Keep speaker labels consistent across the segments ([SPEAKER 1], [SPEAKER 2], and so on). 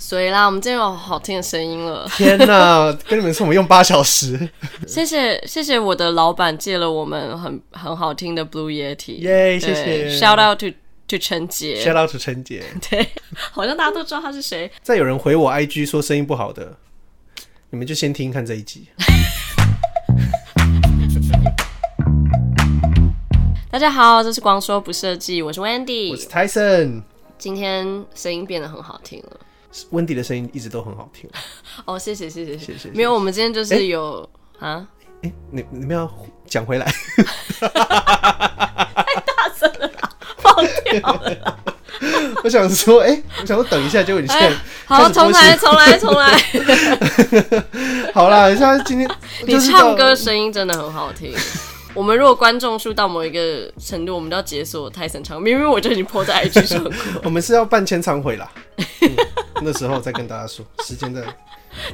[SPEAKER 1] 所以啦，我们今天有好听的声音了，
[SPEAKER 2] 天哪，跟你们说我们用八小时，
[SPEAKER 1] 谢谢谢谢我的老板借了我们很很好听的 Blue Yeti，
[SPEAKER 2] 耶！谢
[SPEAKER 1] 对
[SPEAKER 2] 谢。
[SPEAKER 1] ，Shout out to to 陈杰，
[SPEAKER 2] shout out to 陈姐。
[SPEAKER 1] 对，好像大家都知道他是谁，
[SPEAKER 2] 再有人回我 IG 说声音不好的，你们就先听看这一集。
[SPEAKER 1] 大家好，这是光说不设计，我是
[SPEAKER 2] 我是
[SPEAKER 1] Wendy。
[SPEAKER 2] Tyson，
[SPEAKER 1] 今天声音变得很好听了，
[SPEAKER 2] 温迪的声音一直都很好听。
[SPEAKER 1] 哦，谢谢谢谢
[SPEAKER 2] 谢谢
[SPEAKER 1] 没有，我们今天就
[SPEAKER 2] 哎
[SPEAKER 1] 是有、啊，
[SPEAKER 2] 哎、你你们要讲回 来，
[SPEAKER 1] 大声了啦，放掉了，
[SPEAKER 2] 我想说，哎、我想说等一下，结果你现在
[SPEAKER 1] 哎，好，
[SPEAKER 2] 开始
[SPEAKER 1] 重
[SPEAKER 2] 播
[SPEAKER 1] 来
[SPEAKER 2] 新
[SPEAKER 1] 重 来重来，
[SPEAKER 2] 好啦，现在今天
[SPEAKER 1] 你
[SPEAKER 2] 就是
[SPEAKER 1] 唱
[SPEAKER 2] 到
[SPEAKER 1] 歌声音真的很好听。我们如果观众数到某一个程度，我们都要解锁泰森唱，明明我就已经破在 IG 上过，
[SPEAKER 2] 我们是要办签唱会啦，嗯那时候再跟大家说，时间再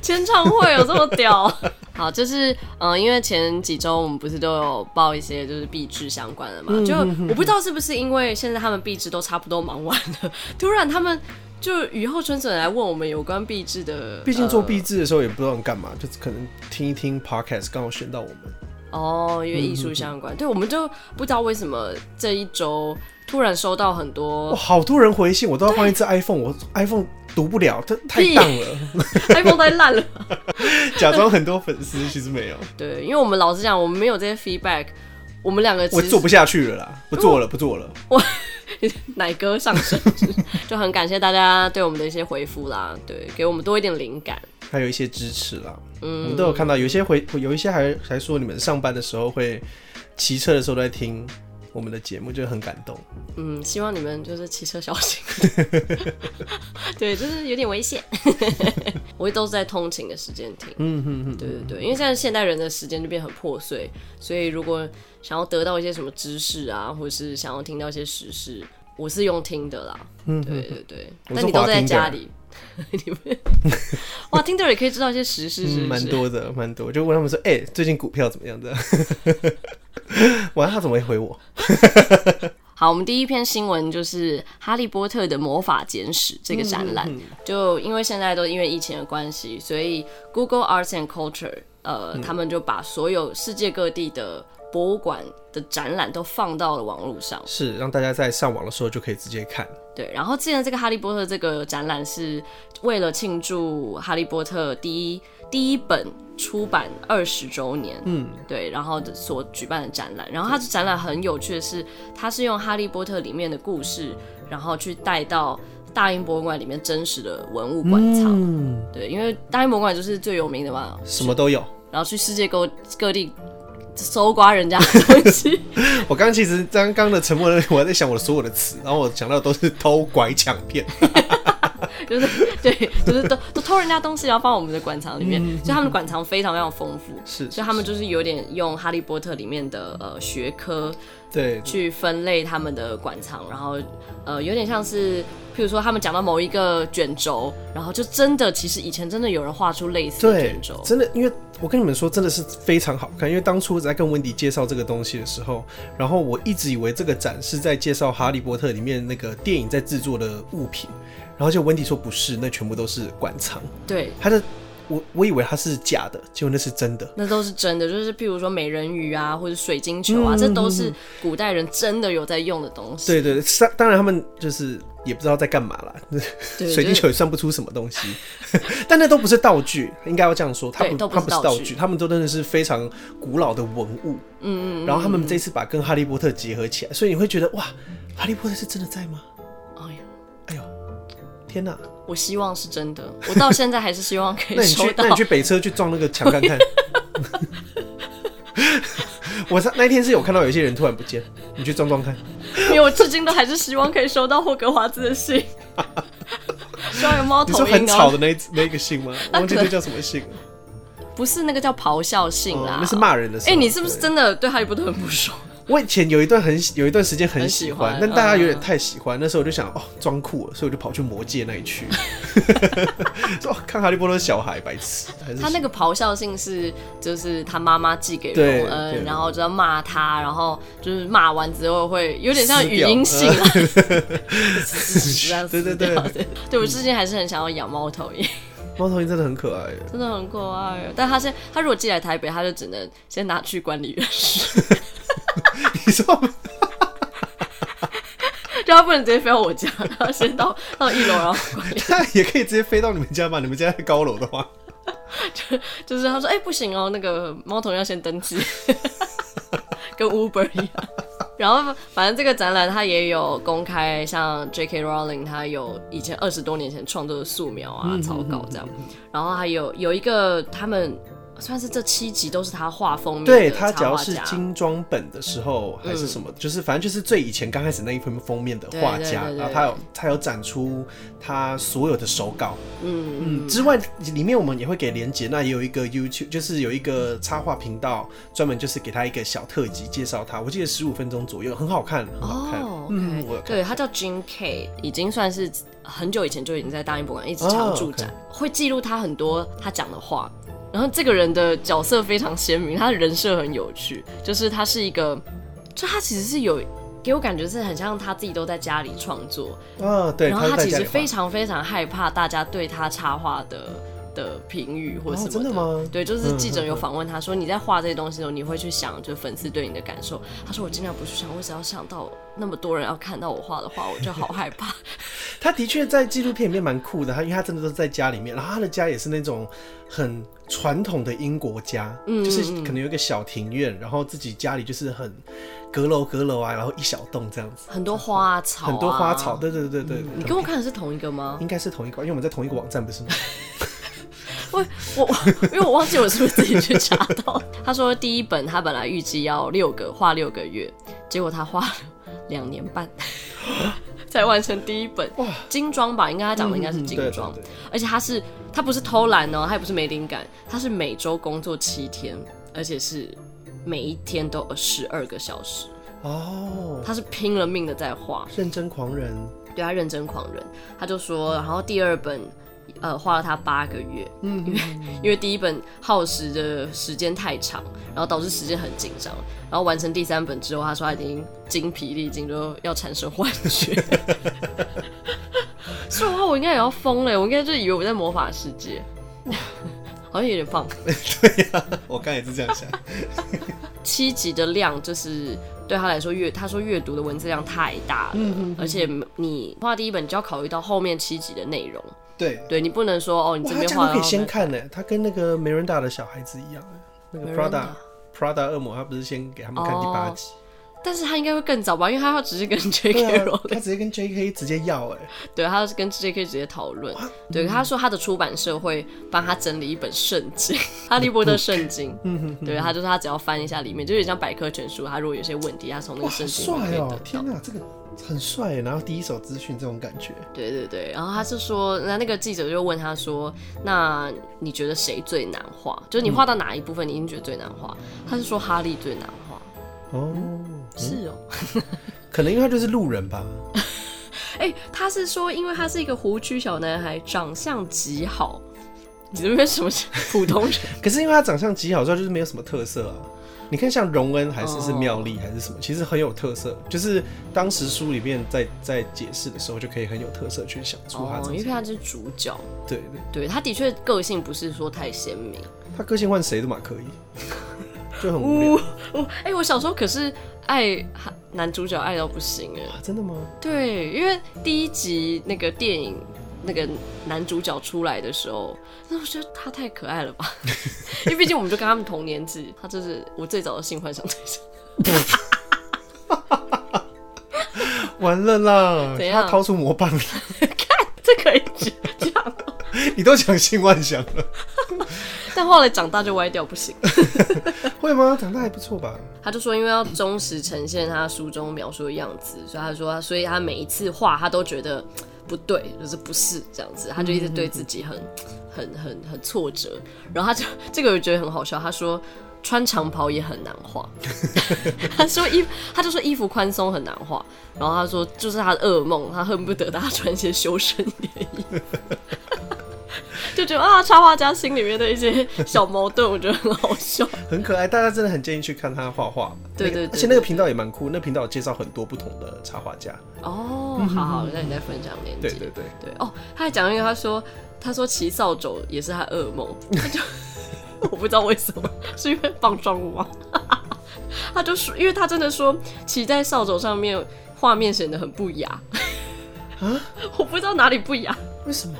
[SPEAKER 1] 签唱会有这么屌？ 好，就是嗯、呃因为前几周我们不是都有报一些就是壁纸相关的嘛，
[SPEAKER 2] 嗯
[SPEAKER 1] 就我不知道是不是因为现在他们壁纸都差不多忙完了，突然他们就雨后春笋来问我们有关壁纸的，
[SPEAKER 2] 毕竟做
[SPEAKER 1] 呃
[SPEAKER 2] 壁制的时候也不知道能干嘛，就可能听一听 podcast，刚好选到我们。
[SPEAKER 1] 哦，因为艺术相
[SPEAKER 2] 嗯
[SPEAKER 1] 关，对，我们就不知道为什么这一周突然收到很
[SPEAKER 2] 哇，
[SPEAKER 1] 多
[SPEAKER 2] 哦好多人回信，我都要换一只 iPhone，我 iPhone 读不了，它太
[SPEAKER 1] 屁
[SPEAKER 2] 荡了，
[SPEAKER 1] iPhone 太烂了。
[SPEAKER 2] 假装很多粉丝，其实没有，
[SPEAKER 1] 对，因为我们老实讲，我们没有这些 feedback，我们两个其
[SPEAKER 2] 我
[SPEAKER 1] 实
[SPEAKER 2] 做不下去了啦，不做了，不做了。
[SPEAKER 1] 奶哥上身，就很感谢大家对我们的一些回复啦，对，给我们多一点灵感。
[SPEAKER 2] 还有一些支持啦，我
[SPEAKER 1] 嗯
[SPEAKER 2] 们，都有看到，有些回有一些还还说你们上班的时候会骑车的时候都在听我们的节目，就很感动。
[SPEAKER 1] 嗯，希望你们就是骑车小心。对，就是有点危险。我都是在通勤的时间听。
[SPEAKER 2] 嗯哼哼，
[SPEAKER 1] 对对对，因为现在现代人的时间就变很破碎，所以如果想要得到一些什么知识啊，或者是想要听到一些时事，我是用听的啦。
[SPEAKER 2] 嗯
[SPEAKER 1] 对对对，
[SPEAKER 2] 我是
[SPEAKER 1] 但你都
[SPEAKER 2] 滑
[SPEAKER 1] 在
[SPEAKER 2] 听的
[SPEAKER 1] 家里， 你们 哇，听的也可以知道一些时事是
[SPEAKER 2] 嗯，
[SPEAKER 1] 不
[SPEAKER 2] 蛮
[SPEAKER 1] 是？
[SPEAKER 2] 多的，蛮多。就问他们说，哎、最近股票怎么样？这样， 完他怎么会回我？
[SPEAKER 1] 好，我们第一篇新闻就是《哈利波特的魔法简史》这个展览，就因为现在都因为疫情的关系，所以 Google Arts and Culture，呃，他们就把所有世界各地的博物馆的展览都放到了网络上。
[SPEAKER 2] 是让大家在上网的时候就可以直接看。
[SPEAKER 1] 对，然后之前这个《哈利波特》这个展览是为了庆祝《哈利波特》第一第一本出版二十周年，嗯，对，然后所举办的展览。然后它这展览很有趣的是，它是用《哈利波特》里面的故事，然后去带到大英博物馆里面真实的文物馆藏。
[SPEAKER 2] 嗯，
[SPEAKER 1] 对，因为大英博物馆就是最有名的嘛，
[SPEAKER 2] 什么都有。
[SPEAKER 1] 然后去世界各各地搜刮人家的东西。
[SPEAKER 2] 我刚刚其实刚刚的沉默，我还在想我所有的词，然后我想到的都是偷拐抢骗。
[SPEAKER 1] 就是对，就是都都偷人家东西，然后放我们的馆藏里面，
[SPEAKER 2] 嗯
[SPEAKER 1] 所以他们的馆藏非常非常丰富。
[SPEAKER 2] 是
[SPEAKER 1] 所以他们就是有点用《哈利波特》里面的呃学科
[SPEAKER 2] 对，
[SPEAKER 1] 去分类他们的馆藏，然后呃有点像是，譬如说他们讲到某一个卷轴，然后就真的其实以前真的有人画出类似的
[SPEAKER 2] 对
[SPEAKER 1] 卷轴，，
[SPEAKER 2] 真的，因为我跟你们说，真的是非常好看。因为当初在跟温迪介绍这个东西的时候，然后我一直以为这个展是在介绍《哈利波特》里面那个电影在制作的物品，然后就温迪说不是，那全部都是馆藏。
[SPEAKER 1] 对，
[SPEAKER 2] 他的我我以为它是假的，结果那是真的。
[SPEAKER 1] 那都是真的，就是譬如说美人鱼啊，或者水晶球
[SPEAKER 2] 嗯
[SPEAKER 1] 啊，这都是古代人真的有在用的东西。
[SPEAKER 2] 对对，当当然他们就是也不知道在干嘛啦，
[SPEAKER 1] 对，
[SPEAKER 2] 水晶
[SPEAKER 1] 就是
[SPEAKER 2] 球也算不出什么东西， 但那都不是道具，应该要这样说，它
[SPEAKER 1] 对
[SPEAKER 2] 不
[SPEAKER 1] 都不
[SPEAKER 2] 它
[SPEAKER 1] 是
[SPEAKER 2] 不是
[SPEAKER 1] 道
[SPEAKER 2] 道
[SPEAKER 1] 具
[SPEAKER 2] 具，他们都真的是非常古老的文物。嗯嗯然后他们这次把跟哈利波特结合起来，所以你会觉得哇，哈利波特是真的在吗？
[SPEAKER 1] 哎呀，
[SPEAKER 2] 哎呦，天哪！
[SPEAKER 1] 我希望是真的，我到现在还是希望可以
[SPEAKER 2] 那你
[SPEAKER 1] 收
[SPEAKER 2] 去，
[SPEAKER 1] 到
[SPEAKER 2] 那你。去北车去撞那个墙看看。 我是那一天是有看到有一些人突然不见，你去撞撞看。
[SPEAKER 1] 因为我至今都还是希望可以收到霍格华兹的 信，希望有猫
[SPEAKER 2] 你说
[SPEAKER 1] 头
[SPEAKER 2] 很
[SPEAKER 1] 鹰
[SPEAKER 2] 吵
[SPEAKER 1] 哦，
[SPEAKER 2] 的那一那一个姓吗？
[SPEAKER 1] 那
[SPEAKER 2] 忘记
[SPEAKER 1] 可
[SPEAKER 2] 那叫什么姓了，
[SPEAKER 1] 不是那个叫咆哮信
[SPEAKER 2] 哦
[SPEAKER 1] 啦，
[SPEAKER 2] 那是骂人的。
[SPEAKER 1] 哎、你是不是
[SPEAKER 2] 对
[SPEAKER 1] 真的对哈利波特很不熟？
[SPEAKER 2] 我以前有一段很有一段时间很
[SPEAKER 1] 很
[SPEAKER 2] 喜
[SPEAKER 1] 喜
[SPEAKER 2] 欢，
[SPEAKER 1] 欢
[SPEAKER 2] 但大家有点
[SPEAKER 1] 嗯
[SPEAKER 2] 太喜欢，那时候我就想哦装酷了，所以我就跑去魔界那里 去，说哦看哈利波特小孩白痴，还是
[SPEAKER 1] 他那个咆哮性是，就是他妈妈寄给
[SPEAKER 2] 对
[SPEAKER 1] 荣恩，
[SPEAKER 2] 对
[SPEAKER 1] 然后就要骂他，然后就是骂完之后会有点像
[SPEAKER 2] 撕
[SPEAKER 1] 语
[SPEAKER 2] 掉
[SPEAKER 1] 音性啊，
[SPEAKER 2] 对对对
[SPEAKER 1] 对对，对我最近还是很想要养猫头鹰，
[SPEAKER 2] 猫头鹰真的很可爱，
[SPEAKER 1] 真的很可爱。哦但他现他如果寄来台北，他就只能先拿去管理员室，
[SPEAKER 2] 你说
[SPEAKER 1] 就他不能直接飞到我家，他先到到一楼，然后管理，
[SPEAKER 2] 它也可以直接飞到你们家吧？你们家在高楼的话，
[SPEAKER 1] 就是他说，哎、不行哦，那个猫头鹰要先登记， 跟 Uber 一样。然后，反正这个展览它也有公开，像 J.K. Rowling 她有以前二十多年前创作的素描
[SPEAKER 2] 嗯
[SPEAKER 1] 啊、草稿这样，然后还有有一个他们算是这七集都是他画封面
[SPEAKER 2] 对
[SPEAKER 1] 的
[SPEAKER 2] 它只
[SPEAKER 1] 嗯插
[SPEAKER 2] 要
[SPEAKER 1] 画
[SPEAKER 2] 是
[SPEAKER 1] 家，嗯
[SPEAKER 2] 精装本的时候还是什么，就是反正就是最以前刚开始那一份封面的画家，
[SPEAKER 1] 对对对对
[SPEAKER 2] 然后他有他有展出他所有的手稿，嗯嗯之外，里面我们也会给连接，那也有一个 YouTube，就是有一个插画频道，专门就是给他一个小特辑介绍他，我记得十五分钟左右，很好看，很好看，
[SPEAKER 1] 哦，
[SPEAKER 2] 嗯
[SPEAKER 1] OK
[SPEAKER 2] 我有看
[SPEAKER 1] 对他叫 Jim K，已经算是很久以前就已经在大英博物馆一直常
[SPEAKER 2] 哦
[SPEAKER 1] 驻展，会记录他很多他讲的话。然后这个人的角色非常鲜明，他的人设很有趣，就是他是一个，就他其实是有给我感觉是很像他自己都在家里创作，
[SPEAKER 2] 啊，对，
[SPEAKER 1] 然后他
[SPEAKER 2] 他在
[SPEAKER 1] 其
[SPEAKER 2] 家
[SPEAKER 1] 实
[SPEAKER 2] 里画
[SPEAKER 1] 非常非常害怕大家对他插画的的评语或什
[SPEAKER 2] 哦
[SPEAKER 1] 么
[SPEAKER 2] 真的吗
[SPEAKER 1] 对，就是记
[SPEAKER 2] 嗯
[SPEAKER 1] 者有访问他说，你在画这些东西的时候，你会去想，就粉丝对你的感受。他说我尽量不去想，我只要想到那么多人要看到我画的画，我就好害怕。
[SPEAKER 2] 他的确在纪录片里面蛮酷的，他因为他真的都在家里面，然后他的家也是那种很传统的英国家，就是可能有一个小庭院，然后自己家里就是很阁楼阁楼啊，然后一小栋这样子，
[SPEAKER 1] 很多花草、啊
[SPEAKER 2] 很多花草，。对对对对对，
[SPEAKER 1] 你跟我看的是同一个吗？
[SPEAKER 2] 应该是同一个吧，因为我们在同一个网站不是吗？
[SPEAKER 1] 我我我，因为我忘记我是不是自己去查到。 他说第一本他本来预计要六个画六个月，结果他画了两年半 才完成第一本。
[SPEAKER 2] 哇
[SPEAKER 1] 精装吧，应该他讲的应该是精
[SPEAKER 2] 对对
[SPEAKER 1] 装，
[SPEAKER 2] 嗯对对
[SPEAKER 1] 而且他是他不是偷懒哦，他也不是没灵感，他是每周工作七天，而且是每一天都十二个小时，
[SPEAKER 2] 哦，
[SPEAKER 1] 他是拼了命的在画。
[SPEAKER 2] 认真狂人，
[SPEAKER 1] 对他认真狂人，他就说，然后第二本。呃，花了他八个月，嗯，因为 因为第一本耗时的时间太长，然后导致时间很紧张，然后完成第三本之后，他说他已经精疲力尽，就要产生幻觉。 说实话，我应该也要疯了，我应该就以为我在魔法世界， 好像有点棒。
[SPEAKER 2] 我刚才也是这样想，
[SPEAKER 1] 七集的量就是对他来说阅，他说阅读的文字量太大了，而且你画第一本，你就要考虑到后面七集的内容，
[SPEAKER 2] 对。
[SPEAKER 1] 对你不能说哦，你
[SPEAKER 2] 哇，
[SPEAKER 1] 这
[SPEAKER 2] 他
[SPEAKER 1] 边
[SPEAKER 2] 这样
[SPEAKER 1] 画
[SPEAKER 2] 都可以先
[SPEAKER 1] 然后
[SPEAKER 2] 看呢，他跟那个梅伦达的小孩子一样，欸那个 Prada
[SPEAKER 1] Miranda
[SPEAKER 2] Prada 恶魔，他不是先给他们看第八
[SPEAKER 1] 哦
[SPEAKER 2] 集，
[SPEAKER 1] 再，但是他应该会更早吧，因为他要只是跟
[SPEAKER 2] 对
[SPEAKER 1] J.K.
[SPEAKER 2] 啊，他
[SPEAKER 1] Rowling，
[SPEAKER 2] 直接跟 J.K. 直接要哎、
[SPEAKER 1] 对，他是跟 J.K. 直接讨论
[SPEAKER 2] 哇，
[SPEAKER 1] 对，他说他的出版社会帮他整理一本圣 经，《哈利波特圣经》，
[SPEAKER 2] 嗯
[SPEAKER 1] 对，他就是他只要翻一下里面，就有点像百科全书，他如果有些问题，他从那
[SPEAKER 2] 哇，
[SPEAKER 1] 个
[SPEAKER 2] 好
[SPEAKER 1] 圣经里面
[SPEAKER 2] 帅
[SPEAKER 1] 可以
[SPEAKER 2] 哦、
[SPEAKER 1] 得到
[SPEAKER 2] 天。哪，这个很帅欸耶，然后第一手资讯这种感觉，
[SPEAKER 1] 对对对，然后他是说，那那个记者就问他说：“那你觉得谁最难画？就是你画到哪一部分，你已经觉得最难画？”他是说哈利最难画，
[SPEAKER 2] 哦，
[SPEAKER 1] 是哦。
[SPEAKER 2] 可能因为他就是路人吧，
[SPEAKER 1] 哎、他是说，因为他是一个湖区小男孩，长相极好。你这边什么普通人？
[SPEAKER 2] 可是因为他长相极好之后，就是没有什么特色啊。你看，像荣恩还是
[SPEAKER 1] 哦
[SPEAKER 2] 是妙丽还是什么，其实很有特色。就是当时书里面在在解释的时候，就可以很有特色去想出他
[SPEAKER 1] 哦，
[SPEAKER 2] 怎
[SPEAKER 1] 因为
[SPEAKER 2] 么。
[SPEAKER 1] 他是主角，
[SPEAKER 2] 对对，
[SPEAKER 1] 对他的确个性不是说太鲜明。
[SPEAKER 2] 他个性换谁都蛮可以， 就很无聊。
[SPEAKER 1] 哦，哎、我小时候可是爱哈男主角爱到不行哎。
[SPEAKER 2] 哇，啊真的吗？
[SPEAKER 1] 对，因为第一集那个电影那个男主角出来的时候，那我觉得他太可爱了 吧，因为毕竟我们就跟他们同年纪，他就是我最早的性幻想对象。
[SPEAKER 2] 完了啦，
[SPEAKER 1] 怎样
[SPEAKER 2] 他掏出魔棒了，
[SPEAKER 1] 这可以这样，
[SPEAKER 2] 你都讲性幻想了，
[SPEAKER 1] 但后来长大就歪掉，不行。
[SPEAKER 2] 会吗？长大还不错吧？
[SPEAKER 1] 他就说，因为要忠实呈现他书中描述的样子，所以他说，所以他每一次画他都觉得嘖不对，就是不是这样子，他就一直对自己很、很、很、很挫折。然后他就这个我觉得很好笑，他说。穿长袍也很难画。他说衣，他就说衣服宽松很难画，然后他说就是他的噩梦，他恨不得大家穿一些修身一点的衣 服。就觉得啊，插画家心里面的一些小矛盾，我觉得很好笑。
[SPEAKER 2] 很可爱，大家真的很建议去看他画画。
[SPEAKER 1] 对
[SPEAKER 2] 那个
[SPEAKER 1] 对对
[SPEAKER 2] 而且那个频道也蛮酷，那频道有介绍很多不同的插画家。嗯
[SPEAKER 1] 哦，好好，那你再分享链接。
[SPEAKER 2] 对对对，
[SPEAKER 1] 对哦，他还讲一个，他说他说骑扫帚也是他噩 梦，他就 我不知道为什么，是因为棒状物吗？ 他就说，因为他真的说骑在扫帚上面，画面显得很不雅
[SPEAKER 2] 啊，
[SPEAKER 1] 我不知道哪里不雅，
[SPEAKER 2] 为什么？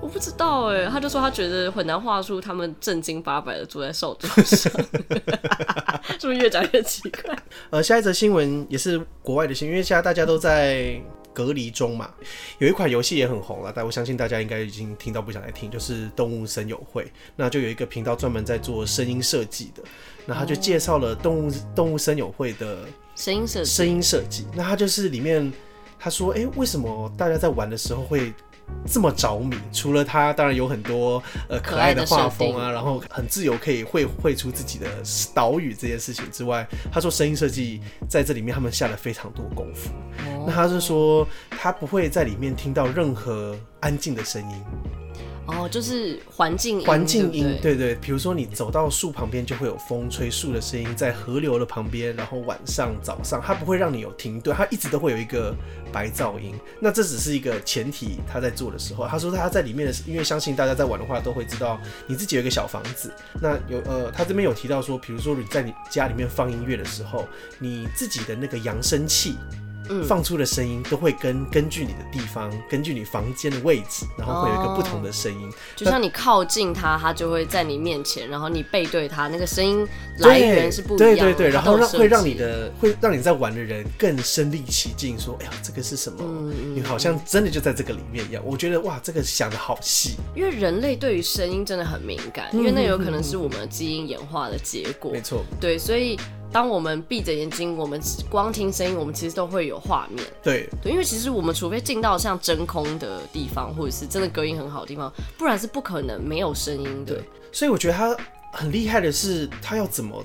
[SPEAKER 1] 我不知道哎，他就说他觉得很难画出他们正经八百的坐在扫帚 上， 是不是越讲越奇怪？
[SPEAKER 2] 呃，下一则新闻也是国外的新闻，因为现在大家都在隔离中嘛。有一款游戏也很红了，但我相信大家应该已经听到不想再听，就是《动物森友会》。那就有一个频道专门在做声音设计的，那他就介绍了动物动物森友会的
[SPEAKER 1] 声音设计
[SPEAKER 2] 声音设计。那他就是里面他说，哎、为什么大家在玩的时候会这么着迷？除了他，当然有很多呃可
[SPEAKER 1] 可爱
[SPEAKER 2] 爱
[SPEAKER 1] 的
[SPEAKER 2] 的画
[SPEAKER 1] 设
[SPEAKER 2] 风
[SPEAKER 1] 定
[SPEAKER 2] 啊，然后很自由可以绘绘出自己的岛屿这件事情之外，他说声音设计在这里面他们下了非常多功夫。
[SPEAKER 1] 哦
[SPEAKER 2] 那他是说他不会在里面听到任何安静的声音，
[SPEAKER 1] 哦，就是环境音
[SPEAKER 2] 环
[SPEAKER 1] 对
[SPEAKER 2] 境
[SPEAKER 1] 不
[SPEAKER 2] 音，
[SPEAKER 1] 对
[SPEAKER 2] 对对，比如说你走到树旁边就会有风吹树的声音，在河流的旁边，然后晚上、早上，它不会让你有停顿，它一直都会有一个白噪音。那这只是一个前提，他在做的时候，他说他在里面的，因为相信大家在玩的话都会知道，你自己有一个小房子，那有呃，他这边有提到说，比如说你在你家里面放音乐的时候，你自己的那个扬声器。
[SPEAKER 1] 嗯
[SPEAKER 2] 放出的声音都会跟根据你的地方，根据你房间的位置，然后会有一个不同的声音。
[SPEAKER 1] 就像你靠近它，它就会在你面前；然后你背对它，那个声音来源是不一样
[SPEAKER 2] 对
[SPEAKER 1] 的。
[SPEAKER 2] 对对，然
[SPEAKER 1] 它都
[SPEAKER 2] 后
[SPEAKER 1] 有
[SPEAKER 2] 让
[SPEAKER 1] 设
[SPEAKER 2] 会让
[SPEAKER 1] 计
[SPEAKER 2] 你的会让你在玩的人更身临其境，说，哎呀，这个是什么？
[SPEAKER 1] 嗯
[SPEAKER 2] 你好像真的就在这个里面一样。我觉得哇，这个想的好细，
[SPEAKER 1] 因为人类对于声音真的很敏感，因为那有可能是我们基因演化的结果。
[SPEAKER 2] 没错，
[SPEAKER 1] 对，所以当我们闭着眼睛，我们光听声音，我们其实都会有画面。
[SPEAKER 2] 对
[SPEAKER 1] 对，因为其实我们除非进到像真空的地方，或者是真的隔音很好的地方，不然是不可能没有声音的
[SPEAKER 2] 对。。所以我觉得他很厉害的是，他要怎么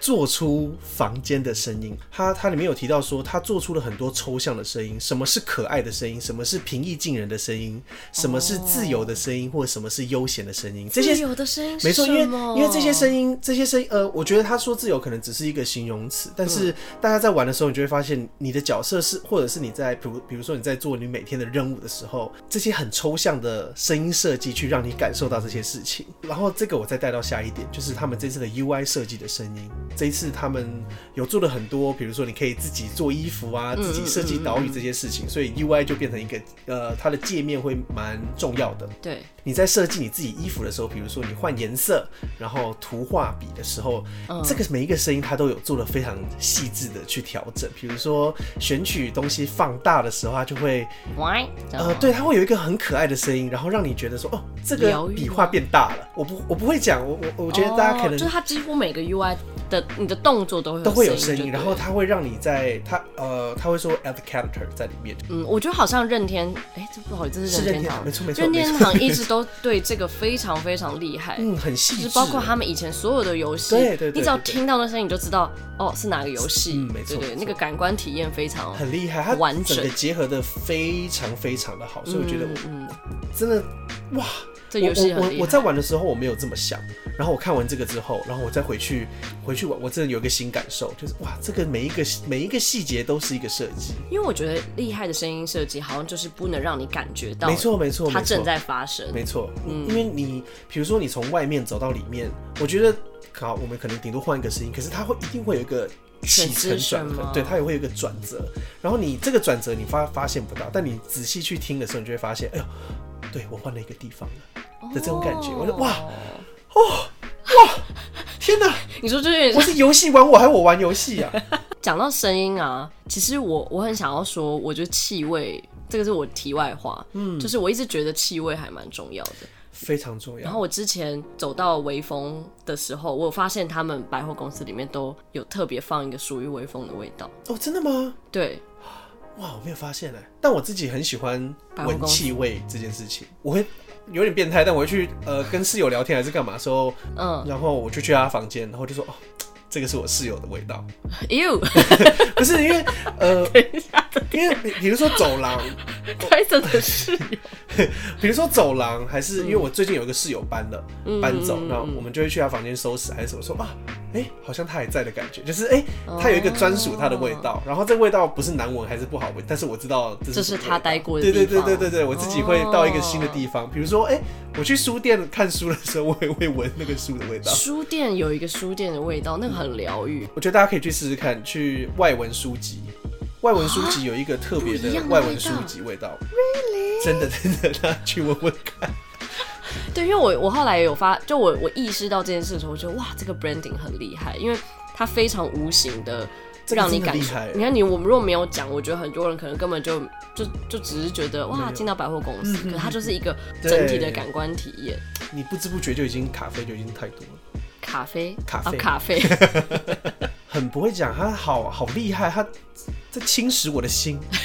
[SPEAKER 2] 做出房间的声音。他他里面有提到说，他做出了很多抽象的声音，什么是可爱的声音，什么是平易近人的声音，什么是自由的声音，或者什么是悠闲的声音，这些
[SPEAKER 1] 自由的声音是
[SPEAKER 2] 没错，因为
[SPEAKER 1] 什么
[SPEAKER 2] 因为这些声音，这些声音，呃，我觉得他说自由可能只是一个形容词，但
[SPEAKER 1] 嗯
[SPEAKER 2] 是大家在玩的时候，你就会发现你的角色是，或者是你在，比如比如说你在做你每天的任务的时候，这些很抽象的声音设计去让你感受到这些事情。然后这个我再带到下一点，就是他们这次的 UI 设计的声音，这一次他们有做了很多，比如说你可以自己做衣服啊，
[SPEAKER 1] 嗯
[SPEAKER 2] 自己设计岛屿这些事情，所以 UI 就变成一个呃，它的界面会蛮重要的。
[SPEAKER 1] 对，
[SPEAKER 2] 你在设计你自己衣服的时候，比如说你换颜色，然后涂画笔的时候，
[SPEAKER 1] 嗯
[SPEAKER 2] 这个每一个声音它都有做了非常细致的去调整。比如说选取东西放大的时候，它就会
[SPEAKER 1] 喂，这样
[SPEAKER 2] 呃
[SPEAKER 1] 吗，
[SPEAKER 2] 对，它会有一个很可爱的声音，然后让你觉得说哦，这个
[SPEAKER 1] 疗愈
[SPEAKER 2] 笔
[SPEAKER 1] 吗
[SPEAKER 2] 画变大了。我不我不会讲，我我我觉得大家可
[SPEAKER 1] 哦
[SPEAKER 2] 能
[SPEAKER 1] 就是它几乎每个 UI 的你的动作都会
[SPEAKER 2] 都会有
[SPEAKER 1] 声
[SPEAKER 2] 声音，
[SPEAKER 1] 就对
[SPEAKER 2] 然后它会让你在它呃，它会说 add character 在里面。
[SPEAKER 1] 嗯，我觉得好像任天，哎、这不好意思，这
[SPEAKER 2] 是
[SPEAKER 1] 是任
[SPEAKER 2] 任天
[SPEAKER 1] 天
[SPEAKER 2] 堂
[SPEAKER 1] 堂，
[SPEAKER 2] 没错没错
[SPEAKER 1] 任
[SPEAKER 2] 没
[SPEAKER 1] 天
[SPEAKER 2] 错
[SPEAKER 1] 堂一直都对这个非常非常厉害。
[SPEAKER 2] 嗯，很细
[SPEAKER 1] 就
[SPEAKER 2] 致，
[SPEAKER 1] 是包括他们以前所有的游戏，
[SPEAKER 2] 对对对
[SPEAKER 1] 你只要
[SPEAKER 2] 对对
[SPEAKER 1] 听到那声音，你就知道哦是哪个游戏，
[SPEAKER 2] 嗯没错
[SPEAKER 1] 对对，
[SPEAKER 2] 没错
[SPEAKER 1] 那个感官体验非常
[SPEAKER 2] 很厉害，它
[SPEAKER 1] 完
[SPEAKER 2] 整
[SPEAKER 1] 整
[SPEAKER 2] 个结合的非常非常的好，所以我觉得我真的哇，
[SPEAKER 1] 嗯这游戏
[SPEAKER 2] 我
[SPEAKER 1] 很
[SPEAKER 2] 我
[SPEAKER 1] 厉害
[SPEAKER 2] 我在玩的时候我没有这么想，然后我看完这个之后，然后我再回去回去玩，我真的有一个新感受，就是哇，这个每一个每一个细节都是一个设计，
[SPEAKER 1] 因为我觉得厉害的声音设计好像就是不能让你感觉到，
[SPEAKER 2] 没错没错，
[SPEAKER 1] 它
[SPEAKER 2] 没错
[SPEAKER 1] 正在嗯发生，
[SPEAKER 2] 没错，因为你比如说你从外面走到里面，我觉得好，我们可能顶多换一个声音，可是它会一定会有一个起承
[SPEAKER 1] 选择
[SPEAKER 2] 转
[SPEAKER 1] 什
[SPEAKER 2] 合
[SPEAKER 1] 么，
[SPEAKER 2] 对，它也会有一个转折。然后你这个转折你发发现不到，但你仔细去听的时候，你就会发现，哎呦，对我换了一个地方了的这种感
[SPEAKER 1] 哦
[SPEAKER 2] 觉。我说哇，哦天哪，
[SPEAKER 1] 你说就是有点像
[SPEAKER 2] 我是游戏玩我，还是我玩游戏啊？
[SPEAKER 1] 讲到声音啊，其实我我很想要说，我觉得气味这个是我题外话，嗯，就是我一直觉得气味还蛮重要的。
[SPEAKER 2] 非常重
[SPEAKER 1] 然
[SPEAKER 2] 要。
[SPEAKER 1] 后我之前走到微风的时候，我有发现他们百货公司里面都有特别放一个属于微风的味道。
[SPEAKER 2] 哦，真的吗？
[SPEAKER 1] 对，
[SPEAKER 2] 欸哇，我没有发现哎、但我自己很喜欢
[SPEAKER 1] 百货
[SPEAKER 2] 闻
[SPEAKER 1] 公司
[SPEAKER 2] 气味这件事情，我会有点变态，但我会去呃跟室友聊天还是干嘛的时候，
[SPEAKER 1] 嗯
[SPEAKER 2] 然后我就去他房间，然后就说哦，这个是我室友的味道，
[SPEAKER 1] ，you，
[SPEAKER 2] 不是因为呃，
[SPEAKER 1] 等一下，
[SPEAKER 2] 因为比比如说走廊，
[SPEAKER 1] 该怎的室友？
[SPEAKER 2] 比如说走廊，还是因为我最近有一个室友搬了，
[SPEAKER 1] 嗯
[SPEAKER 2] 搬走，然后我们就会去他房间收拾还是什么，说啊，哎、好像他还在的感觉，就是哎、
[SPEAKER 1] 哦
[SPEAKER 2] 他有一个专属他的味道，然后这味道不是难闻还是不好闻，但是我知道这是
[SPEAKER 1] 这是
[SPEAKER 2] 什么味
[SPEAKER 1] 他
[SPEAKER 2] 道
[SPEAKER 1] 待过的
[SPEAKER 2] 对对
[SPEAKER 1] 地
[SPEAKER 2] 对
[SPEAKER 1] 方哦
[SPEAKER 2] 对对对，我自己会到一个新的地方，比如说哎、我去书店看书的时候，我也会闻那个书的味道。
[SPEAKER 1] 书店有一个书店的味道，那个很疗愈。
[SPEAKER 2] 我觉得大家可以去试试看，去外文书籍。外文书籍有一个特别
[SPEAKER 1] 啊不一
[SPEAKER 2] 的
[SPEAKER 1] 样的
[SPEAKER 2] 外文书籍味道，really？真的真的，大家去闻闻看。
[SPEAKER 1] 对，因为我我后来有发，就我我意识到这件事的时候，我觉得哇，这个 branding 很厉害，因为它非常无形的
[SPEAKER 2] 这个
[SPEAKER 1] 让你
[SPEAKER 2] 真的
[SPEAKER 1] 感
[SPEAKER 2] 厉
[SPEAKER 1] 受
[SPEAKER 2] 害。
[SPEAKER 1] 你看你我们如果没有讲，我觉得很多人可能根本就就就只是觉得
[SPEAKER 2] 没有嗯
[SPEAKER 1] 哇，进到百货公司，可它就是一个
[SPEAKER 2] 对
[SPEAKER 1] 整体的感官体验。
[SPEAKER 2] 你不知不觉就已经咖啡就已经太多了，
[SPEAKER 1] 咖啡，
[SPEAKER 2] 咖
[SPEAKER 1] 啊
[SPEAKER 2] 啡
[SPEAKER 1] 咖 啡，
[SPEAKER 2] 很不会讲，他好好厉害，他在侵蚀我的心。
[SPEAKER 1] 嗯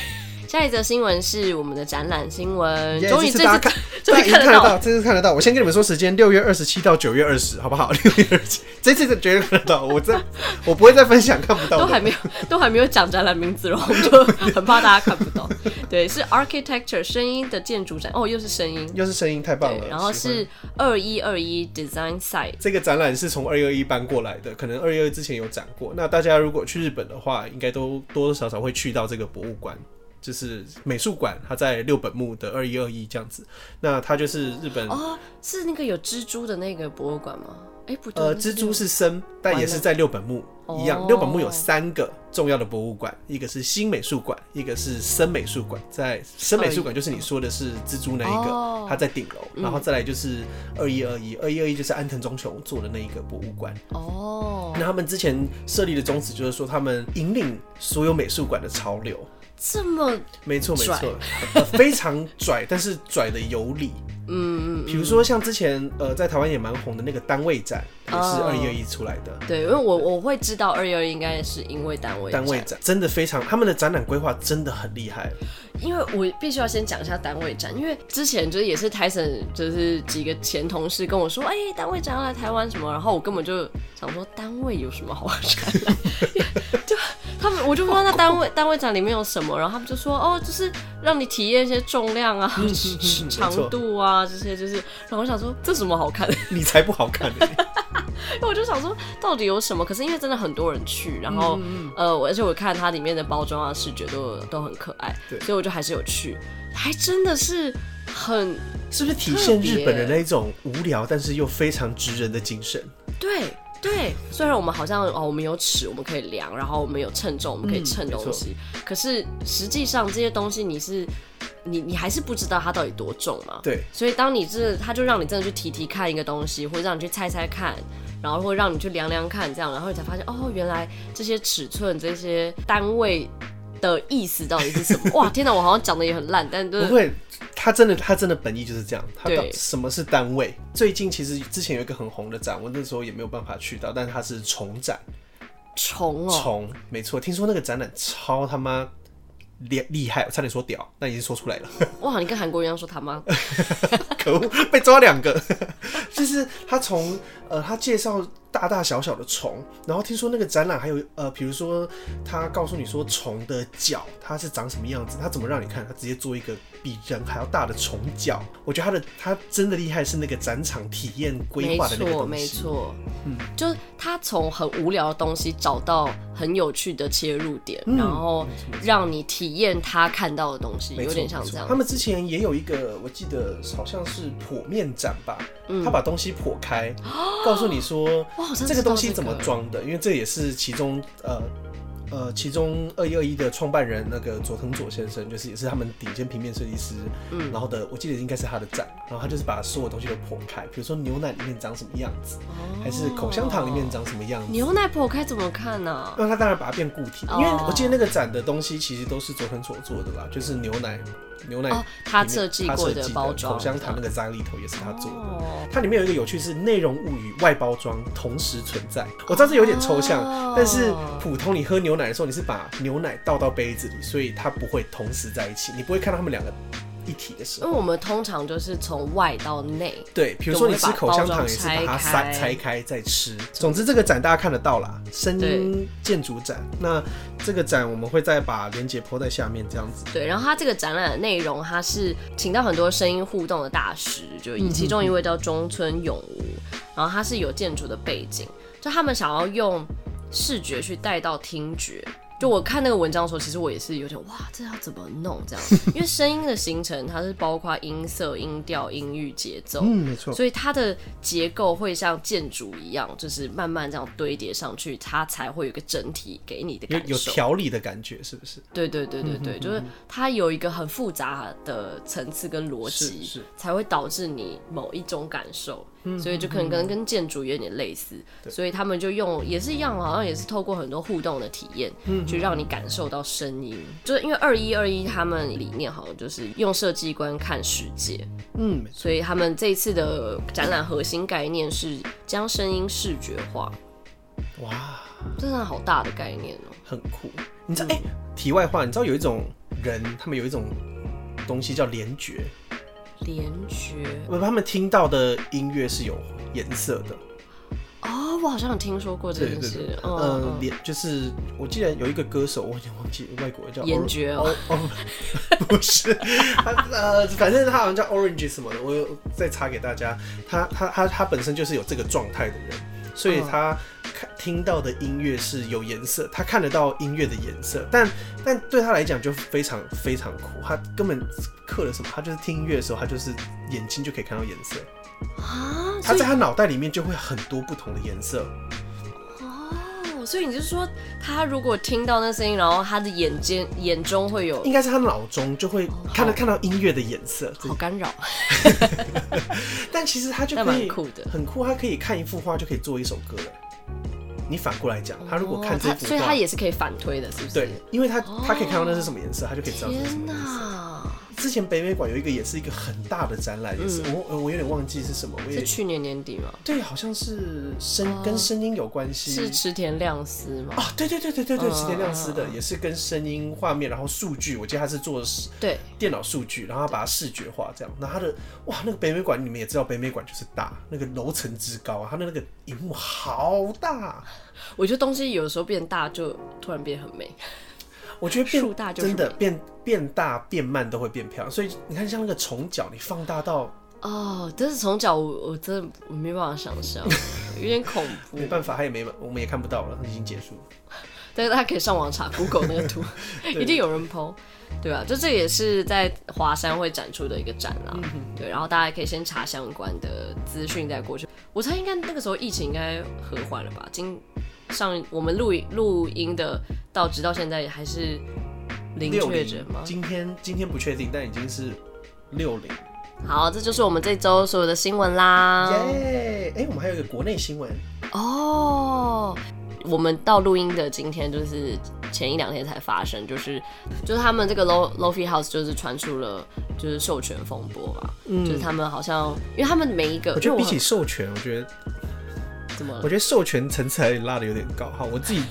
[SPEAKER 1] 下一则新闻是我们的展览新闻，
[SPEAKER 2] 耶
[SPEAKER 1] 终于这
[SPEAKER 2] 这次大家
[SPEAKER 1] 次
[SPEAKER 2] 看，
[SPEAKER 1] 终于
[SPEAKER 2] 大家已经看
[SPEAKER 1] 看得到
[SPEAKER 2] 到，这次看得到。我先跟你们说时间，六月二十七到九月二十，好不好？六月二十七，这次是绝对看得到。我这我不会再分享看不到的。
[SPEAKER 1] 都还没有都还没有讲展览名字，然后就很怕大家看不到。对，是 Architecture 声音的建筑展，哦，又是声音。
[SPEAKER 2] 又是声音太棒了
[SPEAKER 1] 对，。然后
[SPEAKER 2] 喜欢
[SPEAKER 1] 是二一二一 Design Site，
[SPEAKER 2] 这个展览是从二月一搬过来的，可能二月之前有展过。那大家如果去日本的话，应该都多多少少会去到这个博物馆，就是美术馆，它在六本木的二一二一这样子。那它就是日本、
[SPEAKER 1] 哦，是那个有蜘蛛的那个博物馆吗？哎，不对，
[SPEAKER 2] 呃
[SPEAKER 1] 那
[SPEAKER 2] 蜘蛛是生，但也是在六本木
[SPEAKER 1] 完了
[SPEAKER 2] 一样。
[SPEAKER 1] 哦
[SPEAKER 2] 六本木有三个重要的博物馆，一个是新美术馆，一个是森美术馆。在森美术馆就是你说的是蜘蛛那一
[SPEAKER 1] 哦
[SPEAKER 2] 个，它在顶楼，然后再来就是二一二一，二一二一就是安藤忠雄做的那一个博物馆。
[SPEAKER 1] 哦，
[SPEAKER 2] 那他们之前设立的宗旨就是说，他们引领所有美术馆的潮流。
[SPEAKER 1] 这么
[SPEAKER 2] 没错，没
[SPEAKER 1] 拽
[SPEAKER 2] 错，呃非常拽， 但是拽的有理。
[SPEAKER 1] 嗯，
[SPEAKER 2] 比如说像之前呃在台湾也蛮红的那个单位展，也是
[SPEAKER 1] 哦
[SPEAKER 2] 二一二一出来的。
[SPEAKER 1] 对，因为我我会知道二一二一应该是因为单位
[SPEAKER 2] 单位
[SPEAKER 1] 展
[SPEAKER 2] 展真的非常，他们的展览规划真的很 厉害。
[SPEAKER 1] 因为我必须要先讲一下单位展，因为之前就是也是 Tyson 就是几个前同事跟我说，哎、单位展要来台湾什么，然后我根本就想说单位有什么好展览，就他们我就不知道那单位单位展里面有什么，然后他们就说哦，就是让你体验一些重量啊、 长度啊这些，就是，然后我想说这什么好看的，
[SPEAKER 2] 你才不好看呢、
[SPEAKER 1] 因为我就想说到底有什么，可是因为真的很多人去，然后、呃，我而且我看它里面的包装啊、视觉都都很可爱，
[SPEAKER 2] 对
[SPEAKER 1] 所以我就还是有去，还真的是很
[SPEAKER 2] 是不是体现日本人那一种无聊但是又非常直人的精神？
[SPEAKER 1] 对。对，虽然我们好像哦，我们有尺，我们可以量，然后我们有称重，我们可以称东西，可是实际上这些东西你是你你还是不知道它到底多重嘛。
[SPEAKER 2] 对，
[SPEAKER 1] 所以当你这，他就让你真的去提提看一个东西，或者让你去猜猜看，然后或者让你去量量看，这样，然后你才发现哦，原来这些尺寸、这些单位的意思到底是 什么？哇，天哪，我好像讲的也很烂，但就
[SPEAKER 2] 不
[SPEAKER 1] 是
[SPEAKER 2] 会，他真的，他真的本意就是这样。他
[SPEAKER 1] 嗯
[SPEAKER 2] 到
[SPEAKER 1] 对
[SPEAKER 2] 什么是单位？最近其实之前有一个很红的展，我那时候也没有办法去到，但它是重展，
[SPEAKER 1] 虫哦，
[SPEAKER 2] 重，没错。听说那个展览超他妈厉厉害，我差点说屌，但已经说出来了，
[SPEAKER 1] 哇，你跟韩国一样说他妈，
[SPEAKER 2] 可恶，被抓两个。 就是他从呃，他介绍大大小小的虫，然后听说那个展览还有呃，比如说他告诉你说虫的脚它是长什么样子，他怎么让你看，他直接做一个比人还要大的虫脚。我觉得他的他真的厉害，是那个展场体验规
[SPEAKER 1] 没
[SPEAKER 2] 划的那个
[SPEAKER 1] 错
[SPEAKER 2] 东
[SPEAKER 1] 没
[SPEAKER 2] 西。
[SPEAKER 1] 错，就是他从很无聊的东西找到很有趣的切入点，
[SPEAKER 2] 嗯
[SPEAKER 1] 然后让你体验他看到的东西，
[SPEAKER 2] 没
[SPEAKER 1] 有
[SPEAKER 2] 错
[SPEAKER 1] 点像这
[SPEAKER 2] 没错
[SPEAKER 1] 样
[SPEAKER 2] 他。们之前也有一个，我记得好像是剖面展吧，
[SPEAKER 1] 嗯
[SPEAKER 2] 他把东西剖开， 告诉你说
[SPEAKER 1] 哇，好像
[SPEAKER 2] 这个
[SPEAKER 1] 知道
[SPEAKER 2] 东西
[SPEAKER 1] 这
[SPEAKER 2] 怎么
[SPEAKER 1] 个哦
[SPEAKER 2] 装的，因为这也是其中呃。呃，其中二一二一的创办人那个佐藤佐先生，就是也是他们顶尖平面设计师，嗯，然后的我记得应该是他的展，然后他就是把所有东西都剖开，比如说牛奶里面长什么样子，还是口香糖里面长什么样子，
[SPEAKER 1] 哦牛奶剖开怎么看呢、啊？
[SPEAKER 2] 那他当然把它变固体，
[SPEAKER 1] 哦
[SPEAKER 2] 因为我记得那个展的东西其实都是佐藤所做的啦，就是牛奶、牛奶里面、
[SPEAKER 1] 哦他设计过的
[SPEAKER 2] 他设计
[SPEAKER 1] 包装
[SPEAKER 2] 口香糖那个章里头也是他做的。
[SPEAKER 1] 哦
[SPEAKER 2] 它里面有一个有趣是内容物与外包装同时存在，我知道这有点抽象，
[SPEAKER 1] 哦
[SPEAKER 2] 但是普通你喝牛奶的时候，你是把牛奶倒到杯子里，所以它不会同时在一起，你不会看到它们两个一体的时
[SPEAKER 1] 因
[SPEAKER 2] 候。
[SPEAKER 1] 为我们通常就是从外到内，
[SPEAKER 2] 对，比如说你吃口香糖也是把
[SPEAKER 1] 我们会把
[SPEAKER 2] 它
[SPEAKER 1] 包装
[SPEAKER 2] 拆
[SPEAKER 1] 拆开
[SPEAKER 2] 拆开再吃。总之这个展大家看得到啦，声音建筑展。那这个展我们会再把链接抛在下面这样子。
[SPEAKER 1] 对，然后他这个展览的内容，他是请到很多声音互动的大师，就以其中一位叫中村永吾，然后他是有建筑的背景，就他们想要用视觉去带到听觉。就我看那个文章的时候，其实我也是有点哇，这要怎么弄这样？因为声音的形成，它是包括音色、音调、音域、节奏，
[SPEAKER 2] 嗯，没错。
[SPEAKER 1] 所以它的结构会像建筑一样，就是慢慢这样堆叠上去，它才会有一个整体给你的
[SPEAKER 2] 有
[SPEAKER 1] 感受。
[SPEAKER 2] 有嗯条理的感觉，是不是？
[SPEAKER 1] 对对对对对，就是它有一个很复杂的层次跟逻
[SPEAKER 2] 是
[SPEAKER 1] 辑
[SPEAKER 2] 是，嗯
[SPEAKER 1] 才会导致你某一种感受，所以就可能跟跟建筑有点类似，所以他们就用也是一样，好像也是透过很多互动的体验，
[SPEAKER 2] 嗯
[SPEAKER 1] 去让你感受到声音。就是因为二一二一他们理念好像就是用设计观看世界，
[SPEAKER 2] 嗯，没错
[SPEAKER 1] 所以他们这一次的展览核心概念是将声音视觉化，
[SPEAKER 2] 哇，
[SPEAKER 1] 真的好大的概念哦、
[SPEAKER 2] 很酷。你知道，哎、题外话，你知道有一种人，他们有一种东西叫联觉，
[SPEAKER 1] 联觉
[SPEAKER 2] 不，他们听到的音乐是有颜色的。
[SPEAKER 1] 哦，我好像有听说过这件事，
[SPEAKER 2] 呃
[SPEAKER 1] 嗯，，嗯
[SPEAKER 2] 联就是我记得有一个歌手，我已经忘记外国人叫
[SPEAKER 1] 颜觉哦
[SPEAKER 2] 哦哦，不是，他呃，反正他好像叫 Orange 什么的，我有再查给大家。他他他他本身就是有这个状态的人，所
[SPEAKER 1] 嗯
[SPEAKER 2] 以他看听到的音乐是有颜色，他看得到音乐的颜色，但但对他来讲就非常非常苦，他根本刻了什么，他就是听音乐的时候，他就是眼睛就可以看到颜色，
[SPEAKER 1] 啊，
[SPEAKER 2] 他
[SPEAKER 1] 所以
[SPEAKER 2] 在他脑袋里面就会很多不同的颜色。
[SPEAKER 1] 哦，所以你就是说，他如果听到那声音，然后他的眼睛眼中会有
[SPEAKER 2] 应该是他脑中就会看到
[SPEAKER 1] 好
[SPEAKER 2] 看到音乐的颜色，这
[SPEAKER 1] 好干扰，
[SPEAKER 2] 但其实他就
[SPEAKER 1] 那
[SPEAKER 2] 可
[SPEAKER 1] 蛮
[SPEAKER 2] 以
[SPEAKER 1] 酷的
[SPEAKER 2] 很酷，他可以看一幅画就可以做一首歌了。你反过来讲，他如果看这
[SPEAKER 1] 哦
[SPEAKER 2] 幅
[SPEAKER 1] 他所以
[SPEAKER 2] 画，
[SPEAKER 1] 他也是可以反推的，是不是？
[SPEAKER 2] 对，因为他他可以看到那是
[SPEAKER 1] 哦
[SPEAKER 2] 什么颜色，他就可以知道这是什
[SPEAKER 1] 天
[SPEAKER 2] 么颜色。
[SPEAKER 1] 哪，
[SPEAKER 2] 之前北美馆有一个也是一个很大的展览，也是我呃我有点忘记是什么，我
[SPEAKER 1] 嗯是
[SPEAKER 2] 也
[SPEAKER 1] 去年年底吗？
[SPEAKER 2] 对，好像是声
[SPEAKER 1] 哦
[SPEAKER 2] 跟声音有关系，
[SPEAKER 1] 是池田亮司吗？
[SPEAKER 2] 啊，对对对对对对，
[SPEAKER 1] 嗯
[SPEAKER 2] 池田亮司的
[SPEAKER 1] 嗯嗯
[SPEAKER 2] 也是跟声音、画面，然后数据，我记得他是做视
[SPEAKER 1] 对，
[SPEAKER 2] 电脑数据，然后他把它视觉化，这样。那他的哇，那个北美馆你们也知道，北美馆就是大，那个楼层之高啊，他的那个荧幕好大，
[SPEAKER 1] 我觉得东西有时候变大就突然变很美，
[SPEAKER 2] 我觉得变
[SPEAKER 1] 树大就是
[SPEAKER 2] 真的
[SPEAKER 1] 美
[SPEAKER 2] 变变大变慢都会变漂亮。所以你看，像那个虫角，你放大到
[SPEAKER 1] 哦，但是从小我我真的我没办法想 象，有点恐怖
[SPEAKER 2] 没。办法，它也没我们也看不到了，已经结束了。
[SPEAKER 1] 但是大家可以上网查 Google 那个 图，一定有人 PO，对啊，就这也是在华山会展出的一个展
[SPEAKER 2] 嗯
[SPEAKER 1] 啦，对，然后大家可以先查相关的资讯再过去。我猜应该那个时候疫情应该和缓了吧？今上我们录音录音的到直到现在还是零
[SPEAKER 2] 六
[SPEAKER 1] 确诊
[SPEAKER 2] 零
[SPEAKER 1] 吗，？
[SPEAKER 2] 今天今天不确定，但已经是六零。
[SPEAKER 1] 好，这就是我们这周所有的新闻啦。
[SPEAKER 2] 耶！哎，我们还有一个国内新闻，
[SPEAKER 1] 哦，我们到录音的今天就是前一两天才发生，就是就是他们这个 Lo Lofi House 就是传出了就是授权风波吧，嗯就是他们好像因为他们每一个，
[SPEAKER 2] 我觉
[SPEAKER 1] 因为
[SPEAKER 2] 得比
[SPEAKER 1] 很
[SPEAKER 2] 起授权，我觉得
[SPEAKER 1] 怎么
[SPEAKER 2] 我
[SPEAKER 1] 了？
[SPEAKER 2] 觉得授权层次还拉的有点高。好，我自己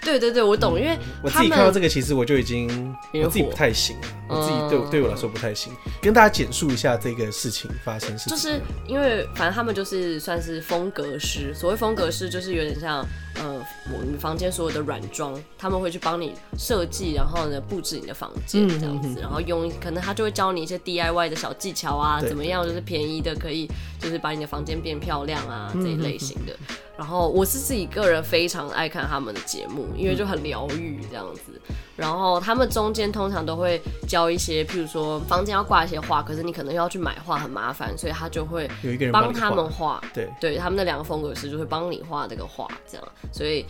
[SPEAKER 1] 对对对，我懂，因为
[SPEAKER 2] 嗯我自
[SPEAKER 1] 他
[SPEAKER 2] 己看到
[SPEAKER 1] 们
[SPEAKER 2] 这个，其实我就已经
[SPEAKER 1] 也
[SPEAKER 2] 我自己
[SPEAKER 1] 火
[SPEAKER 2] 不太行了，我自己
[SPEAKER 1] 嗯
[SPEAKER 2] 对我对我来说不太行。跟大家简述一下这个事情发生是
[SPEAKER 1] 就
[SPEAKER 2] 怎么
[SPEAKER 1] 是
[SPEAKER 2] 样
[SPEAKER 1] 因为反正他们就是算是风格师，所谓风格师就是有点像呃我们房间所有的软装，他们会去帮你设计，然后呢布置你的房
[SPEAKER 2] 嗯
[SPEAKER 1] 间这样子，然后用可能他就会教你一些 DIY 的小技巧啊，
[SPEAKER 2] 对
[SPEAKER 1] 怎么样就是便宜的可以就是把你的房间变漂亮啊
[SPEAKER 2] 嗯
[SPEAKER 1] 这一类型的。然后我是自己个人非常爱看他们的节目，因为就很疗愈这样子。然后他们中间通常都会教一些，譬如说房间要挂一些画，可是你可能要去买画很麻烦，所以他就会
[SPEAKER 2] 有一个人
[SPEAKER 1] 帮
[SPEAKER 2] 你
[SPEAKER 1] 他们
[SPEAKER 2] 画
[SPEAKER 1] 画。
[SPEAKER 2] 对
[SPEAKER 1] 对他们那两个风格师就会帮你画这个画，这样，所以。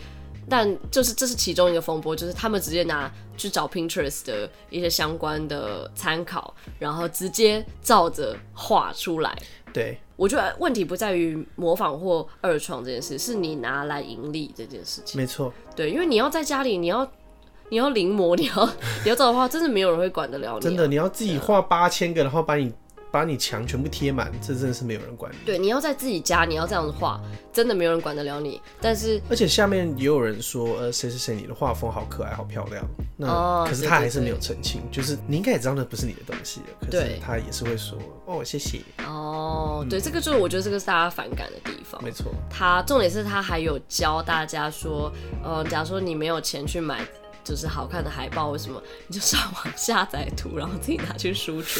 [SPEAKER 1] 但就是这是其中一个风波，就是他们直接拿去找 Pinterest 的一些相关的参考，然后直接照着画出来。
[SPEAKER 2] 对
[SPEAKER 1] 我觉得问题不在于模仿或二创这件事，是你拿来盈利这件事情。
[SPEAKER 2] 没错，
[SPEAKER 1] 对，因为你要在家里，你要你要临摹，你要你要照的话，真的没有人会管得了你啊、
[SPEAKER 2] 真的你要自己画八千个，然后把你把你墙全部贴满，这真的是没有人管你。
[SPEAKER 1] 对，你要在自己家，你要这样子画，真的没有人管得了你。但是
[SPEAKER 2] 而且下面也有人说，呃，谁谁谁，你的画风好可爱，好漂亮。那、
[SPEAKER 1] 哦
[SPEAKER 2] 可是
[SPEAKER 1] 对
[SPEAKER 2] 他
[SPEAKER 1] 对
[SPEAKER 2] 还是
[SPEAKER 1] 对
[SPEAKER 2] 没有澄清，就是你应该也知道那不是你的东西了，可是
[SPEAKER 1] 对
[SPEAKER 2] 他也是会说，哦，谢谢，
[SPEAKER 1] 哦，对，这个就是我觉得这个是大家反感的地方。
[SPEAKER 2] 没错，
[SPEAKER 1] 他重点是他还有教大家说，呃，假如说你没有钱去买。就是好看的海报，为什么你就上网下载图，然后自己拿去输出？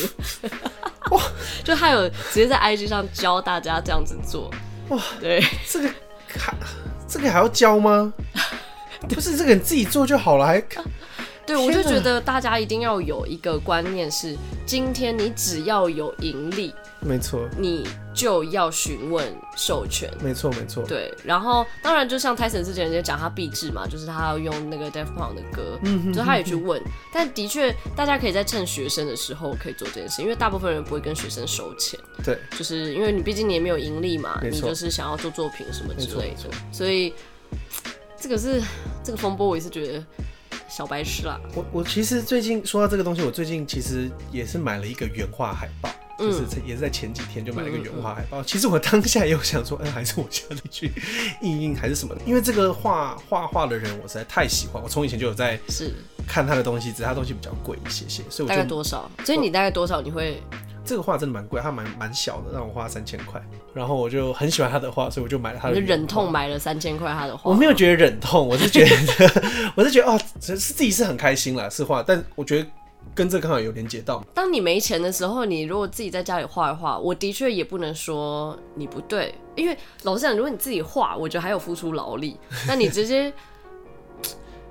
[SPEAKER 1] 就他有直接在 IG 上教大家这样子做。
[SPEAKER 2] 哇，
[SPEAKER 1] 对，
[SPEAKER 2] 这个还这个还要 教吗？不是这个你自己做就好了，还
[SPEAKER 1] 对，我就
[SPEAKER 2] 天哪
[SPEAKER 1] 觉得大家一定要有一个观念是，今天你只要有盈利，
[SPEAKER 2] 没错，
[SPEAKER 1] 你就要询问授权。
[SPEAKER 2] 没错，没错，
[SPEAKER 1] 对，然后当然就像 Tyson 之前也讲他壁纸嘛，就是他要用那个 Def Punk 的歌，
[SPEAKER 2] 嗯
[SPEAKER 1] 就他也去问，但的确大家可以在趁学生的时候可以做这件事，因为大部分人不会跟学生收钱，
[SPEAKER 2] 对，
[SPEAKER 1] 就是因为你毕竟你也没有盈利嘛，
[SPEAKER 2] 没
[SPEAKER 1] 你
[SPEAKER 2] 错
[SPEAKER 1] 就是想要做作品什么之类
[SPEAKER 2] 没错
[SPEAKER 1] 的，所以这个是这个风波，我也是觉得小白痴啦，
[SPEAKER 2] 我我其实最近说到这个东西，我最近其实也是买了一个原画海报，
[SPEAKER 1] 嗯
[SPEAKER 2] 就是这也是在前几天就买了一个原画海报。其实我当下也有想说， 嗯，还是我下去去印印还是什么的，因为这个画画画的人我实在太喜欢，我从以前就有在
[SPEAKER 1] 是
[SPEAKER 2] 看他的东西，只是他东西比较贵一些些，所以
[SPEAKER 1] 大
[SPEAKER 2] 我
[SPEAKER 1] 概
[SPEAKER 2] 就
[SPEAKER 1] 多少？所以你大概多少你会
[SPEAKER 2] 这个画真的蛮贵，它蛮蛮小的，让我花三千块，然后我就很喜欢他的画，所以我就买了他
[SPEAKER 1] 你
[SPEAKER 2] 的
[SPEAKER 1] 就
[SPEAKER 2] 原
[SPEAKER 1] 忍
[SPEAKER 2] 画
[SPEAKER 1] 痛买了三千块他的画？
[SPEAKER 2] 我没有觉得忍痛，我是觉得， 我是觉得哦，只是自己是很开心啦，是画，但我觉得跟这个刚好有连接到，
[SPEAKER 1] 当你没钱的时候，你如果自己在家里画一画，我的确也不能说你不对，因为老实讲，如果你自己画，我觉得还有付出劳力，那你直 接，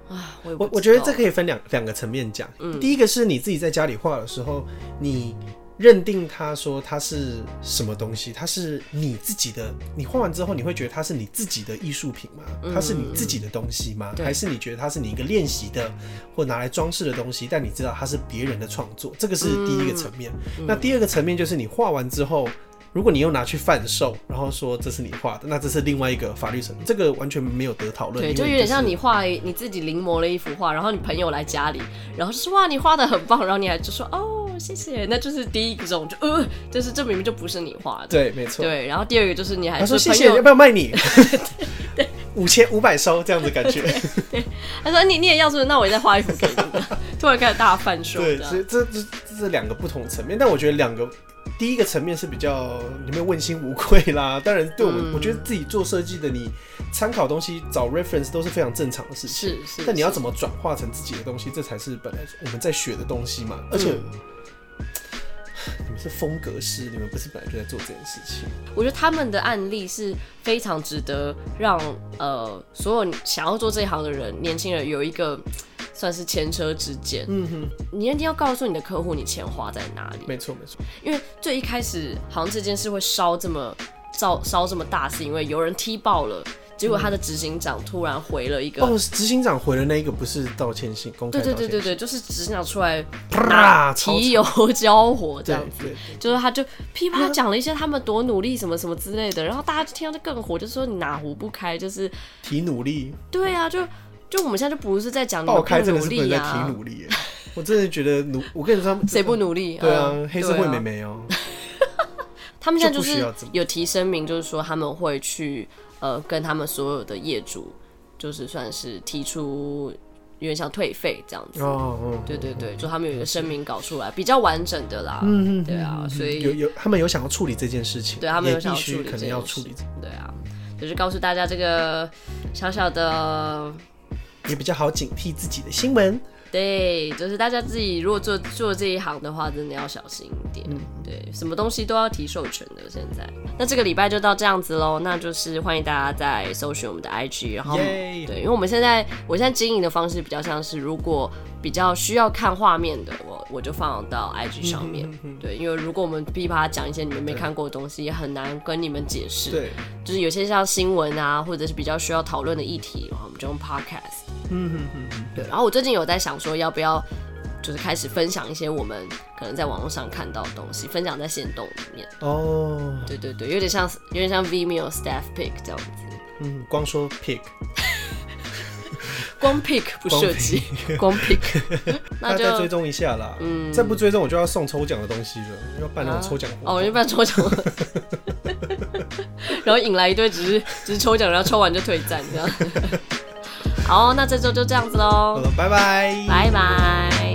[SPEAKER 1] 啊，我也不
[SPEAKER 2] 我我觉得
[SPEAKER 1] 知道嗯
[SPEAKER 2] 这可以分两两个层面讲。第一个是你自己在家里画的时候，你认定它说它是什么东西，它是你自己的。你画完之后，你会觉得它是你自己的艺术品吗？它是你自己的东西吗？
[SPEAKER 1] 嗯对
[SPEAKER 2] 还是你觉得它是你一个练习的或拿来装饰的东西？但你知道它是别人的创作，这个是第一个层面。
[SPEAKER 1] 嗯
[SPEAKER 2] 那第二个层面就是你画完之后。如果你又拿去贩售，然后说这是你画的，那这是另外一个法律层面，这个完全没有得讨论。
[SPEAKER 1] 对，
[SPEAKER 2] 因为
[SPEAKER 1] 就有点
[SPEAKER 2] 是
[SPEAKER 1] 像你画你自己临摹了一幅画，然后你朋友来家里，然后就说哇你画的很棒，然后你还就说哦谢谢，那就是第一种就呃，就是这明明就不是你画的，
[SPEAKER 2] 对，没错。
[SPEAKER 1] 对，然后第二个就是你还
[SPEAKER 2] 他说
[SPEAKER 1] 说
[SPEAKER 2] 谢
[SPEAKER 1] 朋
[SPEAKER 2] 谢，要
[SPEAKER 1] 友，
[SPEAKER 2] 不要卖 你？五千五百收这样子感觉，
[SPEAKER 1] 他说你你也要说，那我也再画一幅给你，突然开始大贩售，
[SPEAKER 2] 对，
[SPEAKER 1] 这样
[SPEAKER 2] 所以这这这两个不同层面，但我觉得两个第一个层面是比较有没有问心无愧啦。当然，对我们、我觉得自己做设计的，你参考东西找 reference 都是非常正常的事情。
[SPEAKER 1] 是是，
[SPEAKER 2] 但你要
[SPEAKER 1] 是
[SPEAKER 2] 怎么转化成自己的东西，这才是本来我们在学的东西
[SPEAKER 1] 嗯
[SPEAKER 2] 嘛。而且、你们是风格师，你们不是本来就在做这件事情。
[SPEAKER 1] 我觉得他们的案例是非常值得让呃所有想要做这一行的人，年轻人有一个算是前车之鉴。
[SPEAKER 2] 嗯哼，
[SPEAKER 1] 你一定要告诉你的客户你钱花在哪里，
[SPEAKER 2] 没错没错，
[SPEAKER 1] 因为最一开始好像这件事会烧这么烧烧这么大，是因为有人踢爆了，结果他的执行长突然回了一个。
[SPEAKER 2] 哦，执行长回的那一个不是道歉信，公开
[SPEAKER 1] 对
[SPEAKER 2] 道歉
[SPEAKER 1] 对
[SPEAKER 2] 信，
[SPEAKER 1] 对对对，就是执行长出来
[SPEAKER 2] 啪，超
[SPEAKER 1] 提油 浇火这
[SPEAKER 2] 对
[SPEAKER 1] 样子，
[SPEAKER 2] 对，
[SPEAKER 1] 就是他就噼啪讲了一些他们多努力什么什么之类的，然后大家就听到就更火，就说你哪壶不开，就是
[SPEAKER 2] 提努力，
[SPEAKER 1] 对啊，就就我们现在就不是在讲你
[SPEAKER 2] 爆
[SPEAKER 1] 们
[SPEAKER 2] 开
[SPEAKER 1] 不
[SPEAKER 2] 真的
[SPEAKER 1] 努
[SPEAKER 2] 是不能
[SPEAKER 1] 力
[SPEAKER 2] 再
[SPEAKER 1] 啊
[SPEAKER 2] 提，努力耶。我真的觉得努，我跟 你说，
[SPEAKER 1] 谁不努力？
[SPEAKER 2] 对啊
[SPEAKER 1] 嗯，
[SPEAKER 2] 黑社会
[SPEAKER 1] 对啊
[SPEAKER 2] 妹 妹哦，
[SPEAKER 1] 他们现在就
[SPEAKER 2] 就不需
[SPEAKER 1] 是
[SPEAKER 2] 要这么
[SPEAKER 1] 有提声明，就是说他们会去呃跟他们所有的业主，就是算是提出有点像退费这样子。
[SPEAKER 2] 哦，嗯
[SPEAKER 1] 对对对，就他们有一个声明搞出来，比较完整的啦。
[SPEAKER 2] 嗯嗯嗯
[SPEAKER 1] 对啊，所以
[SPEAKER 2] 有有他们有想要处理这件事情，
[SPEAKER 1] 对他们
[SPEAKER 2] 也
[SPEAKER 1] 有想要
[SPEAKER 2] 必须
[SPEAKER 1] 处理
[SPEAKER 2] 可
[SPEAKER 1] 这
[SPEAKER 2] 能要
[SPEAKER 1] 件
[SPEAKER 2] 处理，
[SPEAKER 1] 对啊，就是告诉大家这个小小的
[SPEAKER 2] 也比较好警惕自己的新闻。
[SPEAKER 1] 对，就是大家自己如果做做这一行的话，真的要小心一点。
[SPEAKER 2] 嗯
[SPEAKER 1] 对，什么东西都要提授权的。现在，那这个礼拜就到这样子喽。那就是欢迎大家在搜寻我们的 IG，然后
[SPEAKER 2] 耶
[SPEAKER 1] 对，因为我们现在我现在经营的方式比较像是，如果比较需要看画面的，我我就放到
[SPEAKER 2] 嗯
[SPEAKER 1] IG 上面。对，因为如果我们噼啪讲一些你们没看过的东西，也很难跟你们解释。
[SPEAKER 2] 对，
[SPEAKER 1] 就是有些像新闻啊，或者是比较需要讨论的议题，然后我们就用 podcast。
[SPEAKER 2] 嗯哼哼哼，
[SPEAKER 1] 对，然后我最近有在想说，要不要就是开始分享一些我们可能在网络上看到的东西，分享在线动里面。
[SPEAKER 2] 哦，
[SPEAKER 1] 对对对，有点像有
[SPEAKER 2] 嗯
[SPEAKER 1] 点像 Vimeo staff pick 这样子。
[SPEAKER 2] 嗯，光说 pick，
[SPEAKER 1] 光 pick 不设计， 光 pick，那
[SPEAKER 2] 大
[SPEAKER 1] 就
[SPEAKER 2] 家再追踪一下啦。嗯，再不追踪我就要送抽奖的东西了，要办那种抽奖活
[SPEAKER 1] 哦，我就
[SPEAKER 2] 动。
[SPEAKER 1] 不然抽奖了， 然后引来一堆只是只是抽奖，然后抽完就退 战这样。好，那这周就这样子
[SPEAKER 2] 好
[SPEAKER 1] 喽，
[SPEAKER 2] 了，拜拜。
[SPEAKER 1] 拜拜。